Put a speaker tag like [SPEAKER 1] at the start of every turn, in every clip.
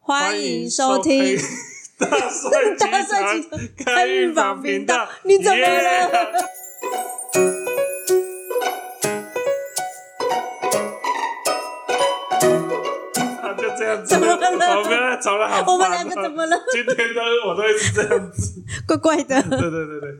[SPEAKER 1] 欢迎收听
[SPEAKER 2] 大帅
[SPEAKER 1] 大帅集
[SPEAKER 2] 集团
[SPEAKER 1] 团
[SPEAKER 2] 开运房频道。
[SPEAKER 1] 你怎么了
[SPEAKER 2] Yeah！好啊就这样子，
[SPEAKER 1] 怎么了
[SPEAKER 2] 我们俩吵得好烦哦
[SPEAKER 1] 我们两个怎么了
[SPEAKER 2] 今天都我都一直这样 子，
[SPEAKER 1] 怪怪的。
[SPEAKER 2] 对对对对，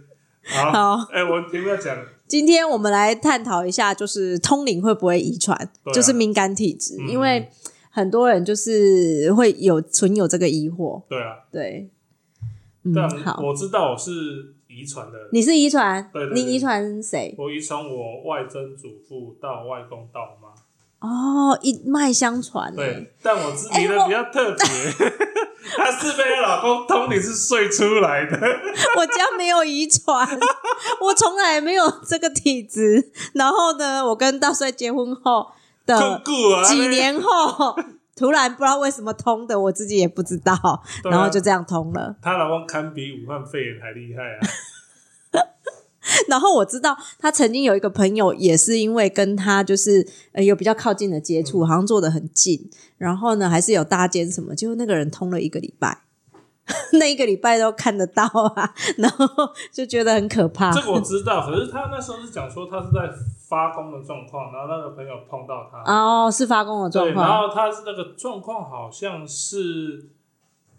[SPEAKER 2] 好，
[SPEAKER 1] 好
[SPEAKER 2] 哎、我们题目要讲，
[SPEAKER 1] 今天我们来探讨一下，就是通灵会不会遗传，
[SPEAKER 2] 对啊
[SPEAKER 1] 就是敏感体质，
[SPEAKER 2] 嗯
[SPEAKER 1] 因为很多人就是会有存有这个疑惑。
[SPEAKER 2] 对啊，
[SPEAKER 1] 对，嗯
[SPEAKER 2] 但，
[SPEAKER 1] 好，
[SPEAKER 2] 啊我知道我是遗传的，
[SPEAKER 1] 你是遗传
[SPEAKER 2] 对，对
[SPEAKER 1] 你
[SPEAKER 2] 对
[SPEAKER 1] 遗传谁？
[SPEAKER 2] 我遗传我外曾祖父到外公到我妈，
[SPEAKER 1] 哦，一脉相传欸。
[SPEAKER 2] 对，但我自
[SPEAKER 1] 哎
[SPEAKER 2] 己的
[SPEAKER 1] 我
[SPEAKER 2] 比较特别， 她是被她老公通灵是睡出来 的，
[SPEAKER 1] 我家没有遗传， 我从来没有这个体质。然后呢，我跟大帅结婚后的
[SPEAKER 2] 很酷啊，
[SPEAKER 1] 嗯几年后，突然不知道为什么通的，我自己也不知道，
[SPEAKER 2] 对啊
[SPEAKER 1] 然后就这样通了。
[SPEAKER 2] 她老公堪比武汉肺炎还厉害啊！
[SPEAKER 1] 然后我知道他曾经有一个朋友，也是因为跟他就是、呃、有比较靠近的接触，
[SPEAKER 2] 嗯
[SPEAKER 1] 好像坐得很近，然后呢还是有搭肩什么，结果那个人通了一个礼拜。 那一个礼拜都看得到啊， 然后就觉得很可怕。
[SPEAKER 2] 这个我知道，可是她那时候是讲说她是在发功的状况，然后那个朋友碰到她，
[SPEAKER 1] 哦，是发功的
[SPEAKER 2] 对，
[SPEAKER 1] 状
[SPEAKER 2] 然
[SPEAKER 1] 况，
[SPEAKER 2] 后她是那个状况好像是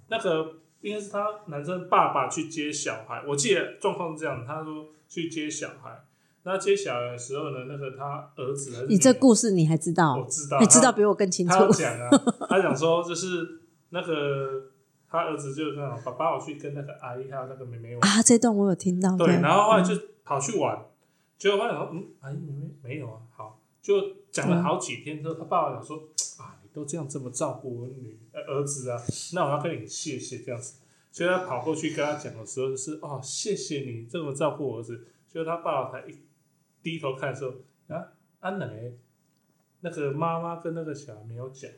[SPEAKER 2] 那个应该是她男生爸爸去接小孩，我记得状况是这样，他说去接小孩，那接小孩的时候呢，那个他儿子还是
[SPEAKER 1] 你这
[SPEAKER 2] 女儿
[SPEAKER 1] 故事你还知
[SPEAKER 2] 我
[SPEAKER 1] 道？
[SPEAKER 2] 知道，
[SPEAKER 1] 你知
[SPEAKER 2] 他
[SPEAKER 1] 道比我更清楚
[SPEAKER 2] 他。有讲啊，他讲说就是那个他儿子就是那种爸爸，我去跟那个阿姨还有那个妹妹玩，
[SPEAKER 1] 啊，嗯这段我有听到。
[SPEAKER 2] 对，然后后来就跑去玩，结果后来想说嗯，阿姨妹妹没有啊，好，就讲
[SPEAKER 1] 嗯
[SPEAKER 2] 了好几天之后，他爸爸讲说啊，你都这样这么照顾我女呃儿子啊，那我要跟你谢谢这样子，所以他跑过去跟他讲的时候就是哦，谢谢你这么照顾我儿子，结果他爸爸才一低头看的时候啊，安奶奶那个妈妈跟那个小孩没有讲。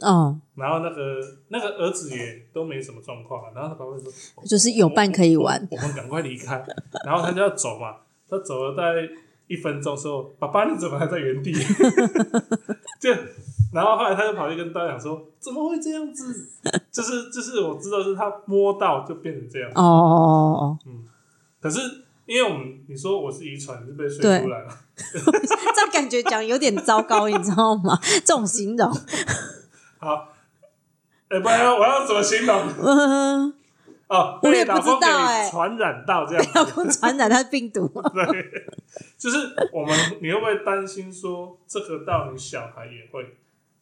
[SPEAKER 1] 哦，
[SPEAKER 2] 然后那个那个儿子也都没什么状况、啊，然后他爸爸说，
[SPEAKER 1] 就是有伴可以玩，
[SPEAKER 2] 我们赶快离开，然后他就要走嘛，他走了大概一分钟之后，爸爸你怎么还在原地？ 就然后后来他就跑去跟大家讲说，怎么会这样子？就是就是我知道是他摸到就变成这样，
[SPEAKER 1] 哦哦哦
[SPEAKER 2] 可是因为我们你说我是遗传是被睡
[SPEAKER 1] 对
[SPEAKER 2] 出来嘛，
[SPEAKER 1] 哦，这样感觉讲有点糟糕，你知道吗？ 这种形容，
[SPEAKER 2] 好，哎、不然我要怎么形容？
[SPEAKER 1] 嗯、
[SPEAKER 2] 哦，
[SPEAKER 1] 我也
[SPEAKER 2] 被
[SPEAKER 1] 不
[SPEAKER 2] 老公
[SPEAKER 1] 知
[SPEAKER 2] 给
[SPEAKER 1] 道哎
[SPEAKER 2] 传染到这样子。
[SPEAKER 1] 老公传染他病毒，
[SPEAKER 2] 对，就是我们，你会不会担心说这个到你小孩也会？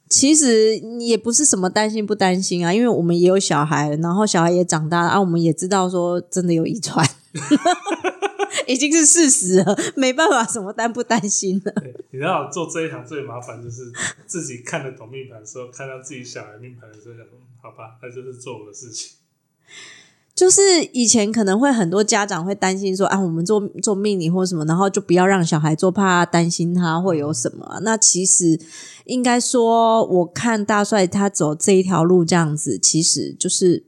[SPEAKER 1] 其实也不是什么担心不担心啊，因为我们也有小孩，然后小孩也长大了啊，我们也知道说真的有遗传， 已经是事实了，没办法，什么担不担心了。
[SPEAKER 2] 对你知道做这一行最麻烦就是自己看得懂命盘的时候，看到自己小孩命盘的时候，想说嗯好吧，那就是做我的事情。
[SPEAKER 1] 就是以前可能会很多家长会担心说啊，我们做做命理或什么，然后就不要让小孩做，怕担心他会有什么啊、那其实应该说，我看大帅他走这一条路这样子，其实就是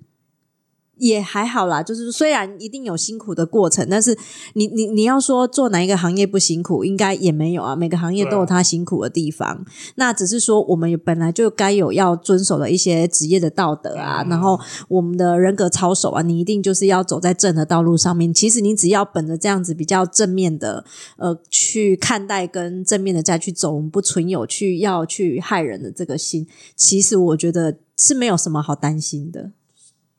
[SPEAKER 1] 也还好啦。就是虽然一定有辛苦的过程，但是你你你要说做哪一个行业不辛苦，应该也没有啊。每个行业都有它辛苦的地方。那只是说我们本来就该有要遵守的一些职业的道德啊，
[SPEAKER 2] 嗯
[SPEAKER 1] 然后我们的人格操守啊，你一定就是要走在正的道路上面。其实你只要本着这样子比较正面的呃去看待跟正面的再去走，我们不存有去要去害人的这个心，其实我觉得是没有什么好担心的。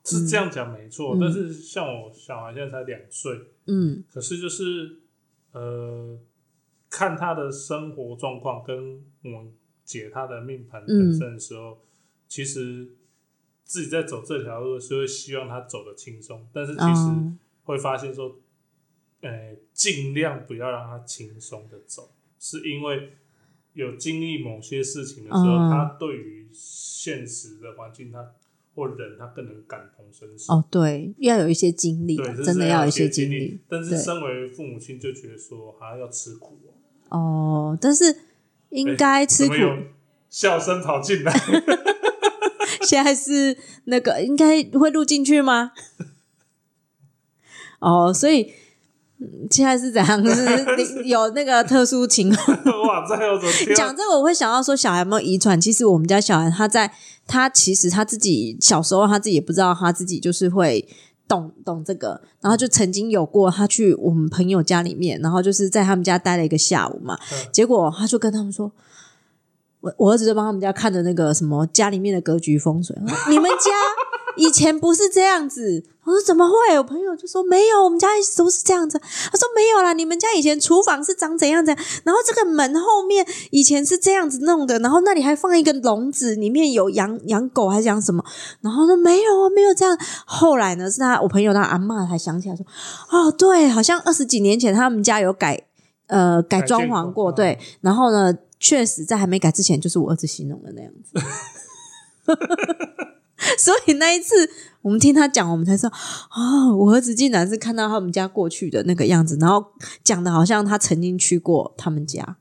[SPEAKER 2] 是这样讲没错，
[SPEAKER 1] 嗯
[SPEAKER 2] 但是像我小孩现在才两岁，
[SPEAKER 1] 嗯
[SPEAKER 2] 可是就是呃，看他的生活状况跟我们解他的命盘本身的时
[SPEAKER 1] 嗯
[SPEAKER 2] 候，其实自己在走这条路的时候，希望他走的轻松，但是其实
[SPEAKER 1] 哦
[SPEAKER 2] 会发现说，呃，尽量不要让他轻松的走，是因为有经历某些事情的时候，
[SPEAKER 1] 嗯
[SPEAKER 2] 他对于现实的环境他。或人他更能感同身受
[SPEAKER 1] 哦，对，要有一些经历啊，
[SPEAKER 2] 对，这
[SPEAKER 1] 真的要有
[SPEAKER 2] 一
[SPEAKER 1] 一些
[SPEAKER 2] 经
[SPEAKER 1] 经
[SPEAKER 2] 历
[SPEAKER 1] 历。。
[SPEAKER 2] 但是
[SPEAKER 1] 对
[SPEAKER 2] 身为父母亲就觉得说，啊，要吃苦哦，
[SPEAKER 1] 哦，但是应该吃苦
[SPEAKER 2] 哎怎。么有笑声跑进来，
[SPEAKER 1] 现在是那个应该会录进去吗？哦，所以现在是怎样？是你有那个特殊情况？
[SPEAKER 2] 哇塞，我的天啊！
[SPEAKER 1] 讲这个我会想到说，小孩有没有遗传？其实我们家小孩他在他其实他自己小时候他自己也不知道，他自己就是会懂懂这个，然后就曾经有过他去我们朋友家里面，然后就是在他们家待了一个下午嘛，
[SPEAKER 2] 嗯
[SPEAKER 1] 结果他就跟他们说。我我儿子就帮他们家看着那个什么家里面的格局风水，他说你们家以前不是这样子。我说怎么会？我朋友就说没有，我们家一直都是这样子。他说没有啦，你们家以前厨房是长怎样怎样，然后这个门后面以前是这样子弄的，然后那里还放一个笼子，里面有养养狗还是养什么？然后说没有啊，没有这样。后来呢，是他我朋友他阿嬷才想起来说，哦，对，好像二十几年前他们家有改呃改
[SPEAKER 2] 改建
[SPEAKER 1] 装潢
[SPEAKER 2] 过
[SPEAKER 1] 过，对，然后呢，确实在还没改之前，就是我儿子形容的那样子。 所以那一次，我们听他讲，我们才知道，哦，我儿子竟然是看到他们家过去的那个样子，然后讲的好像他曾经去过他们家。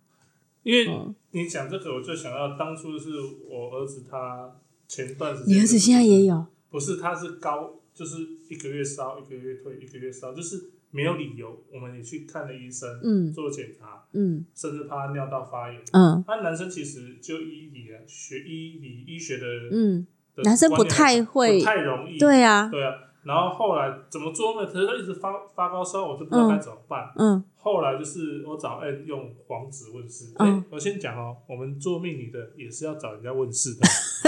[SPEAKER 2] 因
[SPEAKER 1] 嗯
[SPEAKER 2] 为你讲这个，我就想到当初是我儿子他前段时间，
[SPEAKER 1] 你儿子现在也有，
[SPEAKER 2] 不是，他是高，就是一个月烧，一个月退，一个月烧，就是没有理由。我们也去看了医生，
[SPEAKER 1] 嗯
[SPEAKER 2] 做检查，
[SPEAKER 1] 嗯
[SPEAKER 2] 甚至怕他尿道发炎。
[SPEAKER 1] 嗯
[SPEAKER 2] 那男生其实就医理啊，学医理医学的，
[SPEAKER 1] 嗯，
[SPEAKER 2] 的
[SPEAKER 1] 男生
[SPEAKER 2] 观
[SPEAKER 1] 不
[SPEAKER 2] 念
[SPEAKER 1] 太会
[SPEAKER 2] 不，太容易，
[SPEAKER 1] 对啊，
[SPEAKER 2] 对啊。然后后来怎么做呢？可是他一直发发高烧，我就不知道该怎么办。
[SPEAKER 1] 嗯
[SPEAKER 2] 后来就是我找 N 用黄子问世。哎、
[SPEAKER 1] 嗯
[SPEAKER 2] 我先讲哦，我们做命理的也是要找人家问世的，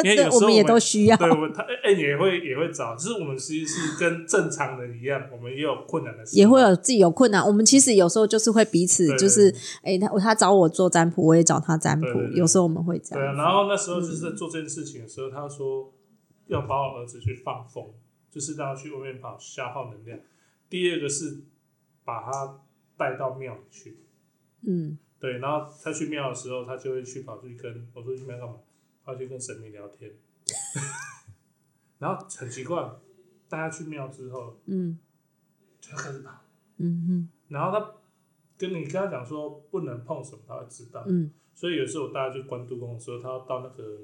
[SPEAKER 2] 因为有
[SPEAKER 1] 这
[SPEAKER 2] 时候
[SPEAKER 1] 我们也都需要，
[SPEAKER 2] 对，我们他 N 也会也会找，只是我们其实是跟正常人一样，我们也有困难的时候，
[SPEAKER 1] 也会有自己有困难。我们其实有时候就是会彼此
[SPEAKER 2] 对
[SPEAKER 1] 就是，哎，他他找我做占卜，我也找他占卜
[SPEAKER 2] 对对，对
[SPEAKER 1] 有时候我们会这
[SPEAKER 2] 对啊。
[SPEAKER 1] 样。嗯
[SPEAKER 2] 然后那时候就是在做这件事情的时候，他说要把我儿子去放风，就是让他去外面跑消耗能量。第二个是把他带到庙里去，
[SPEAKER 1] 嗯
[SPEAKER 2] 对，然后他去庙的时候，他就会去跑去跟我说去庙干嘛？他去跟神明聊天。 然后很奇怪，带他去庙之后，
[SPEAKER 1] 嗯
[SPEAKER 2] 他开始跑。
[SPEAKER 1] 嗯
[SPEAKER 2] 然后他跟你跟他讲说不能碰什么，他会知道。
[SPEAKER 1] 嗯
[SPEAKER 2] 所以有时候我带他去关渡宫的时候，他要到那个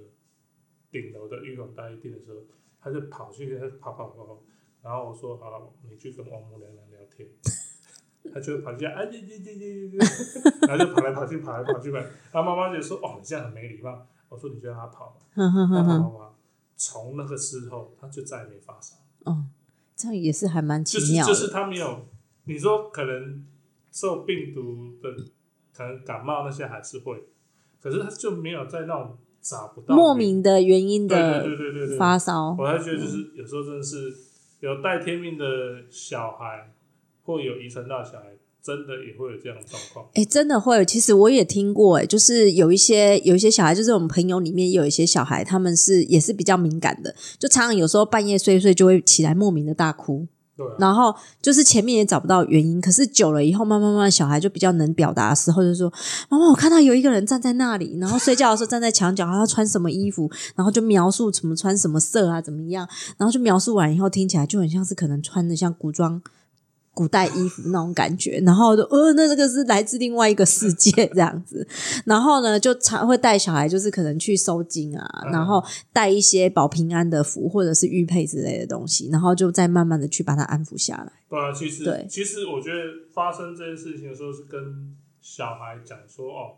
[SPEAKER 2] 顶楼的玉皇大帝殿的时候，他就跑去，他就跑跑跑跑。然后我说好了，你去跟王母娘娘聊天。 他就会跑去，哎，对对对对对，然后就跑来跑去，跑来跑去吧。然后妈妈就说：“哦，你这样很没礼貌。”我说：“你就让他跑吧。
[SPEAKER 1] 哼哼”
[SPEAKER 2] 他
[SPEAKER 1] 嗯哼
[SPEAKER 2] 跑
[SPEAKER 1] 哼，
[SPEAKER 2] 跑跑，从那个之后，他就再也没发烧。
[SPEAKER 1] 哦，这样也是还蛮
[SPEAKER 2] 就
[SPEAKER 1] 奇
[SPEAKER 2] 是
[SPEAKER 1] 妙
[SPEAKER 2] 就
[SPEAKER 1] 的。
[SPEAKER 2] 是他没有，你说可能受病毒的，可能感冒那些还是会，可是他就没有在那种找不到
[SPEAKER 1] 莫名的原因
[SPEAKER 2] 对
[SPEAKER 1] 的
[SPEAKER 2] 对对对对对，
[SPEAKER 1] 发嗯烧，
[SPEAKER 2] 我还觉得就是有时候真的是有带天命的小孩，或有遗传到的小孩，真的也会有这样的状况。
[SPEAKER 1] 哎、真的会。其实我也听过、诶哎，就是有一些有一些小孩，就是我们朋友里面也有一些小孩，他们是也是比较敏感的，就常常有时候半夜睡一睡就会起来莫名的大哭，
[SPEAKER 2] 对啊，
[SPEAKER 1] 然后就是前面也找不到原因，可是久了以后，慢慢慢慢小孩就比较能表达的时候，就说：“妈妈，我看到有一个人站在那里，然后睡觉的时候站在墙角，他穿什么衣服，然后就描述什么穿什么色啊，怎么样，然后就描述完以后，听起来就很像是可能穿的像古装。”古代衣服那种感觉，然后就呃，那这个是来自另外一个世界 这样子，然后呢，就常会带小孩，就是可能去收金啊，
[SPEAKER 2] 嗯
[SPEAKER 1] 然后带一些保平安的符或者是玉佩之类的东西，然后就再慢慢的去把它安抚下来。
[SPEAKER 2] 对啊，其实
[SPEAKER 1] 对
[SPEAKER 2] 其实我觉得发生这件事情的时候，是跟小孩讲说哦，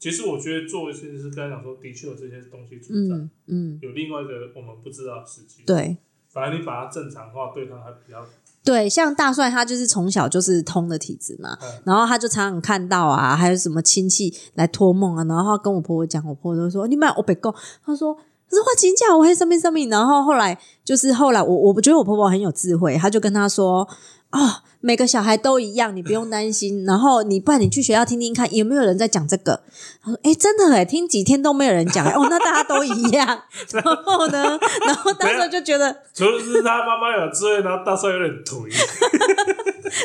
[SPEAKER 2] 其实我觉得做一些事是跟他讲说，的确有这些东西存在。
[SPEAKER 1] 嗯嗯，
[SPEAKER 2] 有另外一个我们不知道的事情。，
[SPEAKER 1] 对
[SPEAKER 2] 反正你把它正常化，对它还比较
[SPEAKER 1] 对，像大帅他就是从小就是通的体质嘛，
[SPEAKER 2] 嗯
[SPEAKER 1] 然后他就常常看到啊，还有什么亲戚来托梦啊，然后他跟我婆婆讲，我婆婆都说你买我北购，他说。可是我请假，我还上面上面，然后后来就是后来我我觉得我婆婆很有智慧，她就跟他说哦，每个小孩都一样，你不用担心。然后你不然你去学校听听看，有没有人在讲这个？他说哎，真的哎，听几天都没有人讲哎，哦，那大家都一样。然后呢，然后当时就觉得
[SPEAKER 2] 除了是他妈妈有智慧，然后大帅有点 颓，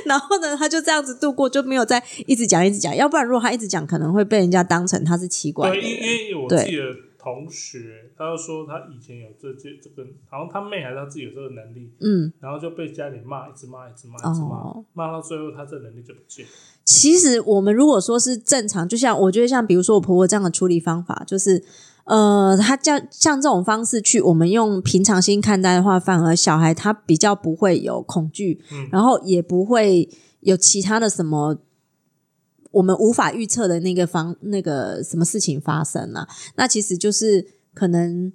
[SPEAKER 1] 然后呢，他就这样子度过，就没有再一直讲一直讲，要不然如果他一直讲，可能会被人家当成他是奇怪的
[SPEAKER 2] 对，因
[SPEAKER 1] 人。
[SPEAKER 2] 因为我自己的同学，他就说他以前有这这这个，好像他妹还是他自己有这个能力，
[SPEAKER 1] 嗯，
[SPEAKER 2] 然后就被家里骂，一直骂，一直骂，一直骂，
[SPEAKER 1] 哦，
[SPEAKER 2] 骂到最后他这能力就不见了。
[SPEAKER 1] 其实我们如果说是正常，就像我觉得像比如说我婆婆这样的处理方法，就是呃，她这样像这种方式去，我们用平常心看待的话，反而小孩他比较不会有恐惧，
[SPEAKER 2] 嗯
[SPEAKER 1] 然后也不会有其他的什么我们无法预测的那个方那个什么事情发生啊，那其实就是可能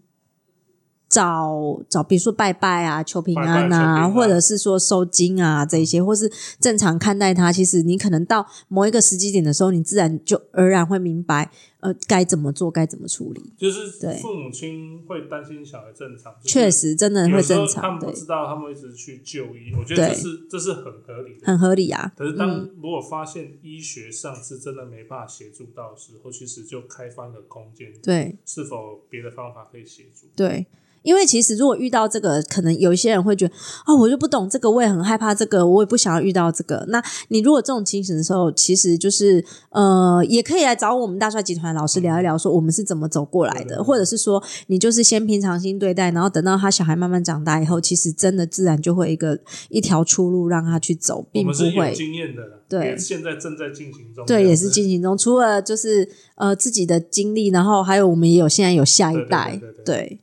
[SPEAKER 1] 找找，比如说拜拜啊、求平安
[SPEAKER 2] 拜拜求平
[SPEAKER 1] 啊，
[SPEAKER 2] 安
[SPEAKER 1] 或者是说收金啊这一些，或是正常看待它。其实你可能到某一个时机点的时候，你自然就而然会明白，呃，该怎么做，该怎么处理。
[SPEAKER 2] 就是
[SPEAKER 1] 对
[SPEAKER 2] 父母亲会担心小孩正常，就是
[SPEAKER 1] 确实，真的会
[SPEAKER 2] 有时候
[SPEAKER 1] 正
[SPEAKER 2] 他
[SPEAKER 1] 常，
[SPEAKER 2] 们不
[SPEAKER 1] 对，
[SPEAKER 2] 知道，他们会一直去就医，我觉得
[SPEAKER 1] 对
[SPEAKER 2] 这是这是很合理的。
[SPEAKER 1] 很合理啊。
[SPEAKER 2] 可是当如果发现医学上是真的没办法协助到的时候，其实就开放的空间，
[SPEAKER 1] 对，
[SPEAKER 2] 是否别的方法可以协助？
[SPEAKER 1] 对，因为其实如果遇到这个，可能有一些人会觉得啊、我就不懂这个，我也很害怕这个，我也不想要遇到这个。那你如果这种情形的时候，其实就是呃，也可以来找我们大帅集团老师聊一聊，说我们是怎么走过来
[SPEAKER 2] 对
[SPEAKER 1] 的，
[SPEAKER 2] 对
[SPEAKER 1] 或者是说你就是先平常心对待，然后等到他小孩慢慢长大以后，其实真的自然就会一个一条出路让他去走，
[SPEAKER 2] 我
[SPEAKER 1] 并不
[SPEAKER 2] 们是有
[SPEAKER 1] 会。
[SPEAKER 2] 经验的啦，
[SPEAKER 1] 对
[SPEAKER 2] 也现在正在进行中，
[SPEAKER 1] 对，也是
[SPEAKER 2] 这样子
[SPEAKER 1] 进行中。除了就是呃自己的经历，然后还有我们也有现在有下一
[SPEAKER 2] 对对
[SPEAKER 1] 代
[SPEAKER 2] 对对，对
[SPEAKER 1] 对，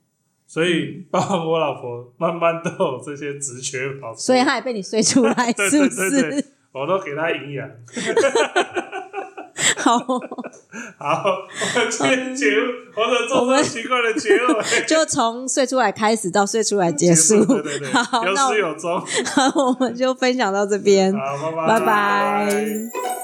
[SPEAKER 2] 所以包括我老婆慢慢都有这些直觉跑 出
[SPEAKER 1] 所以
[SPEAKER 2] 来，
[SPEAKER 1] 他也被你睡出来，
[SPEAKER 2] 对
[SPEAKER 1] 是
[SPEAKER 2] 对
[SPEAKER 1] 不
[SPEAKER 2] 对
[SPEAKER 1] 是？
[SPEAKER 2] 对，我都给她营养。
[SPEAKER 1] 好，
[SPEAKER 2] 好，我们今天节目，我们做这么奇怪的结尾。
[SPEAKER 1] 就从睡出来开始到睡出来 结束。
[SPEAKER 2] 对对对，
[SPEAKER 1] 好，
[SPEAKER 2] 有
[SPEAKER 1] 那
[SPEAKER 2] 始
[SPEAKER 1] 我
[SPEAKER 2] 有终。
[SPEAKER 1] 好，我们就分享到这边，
[SPEAKER 2] 好，
[SPEAKER 1] 拜
[SPEAKER 2] 拜拜
[SPEAKER 1] 拜。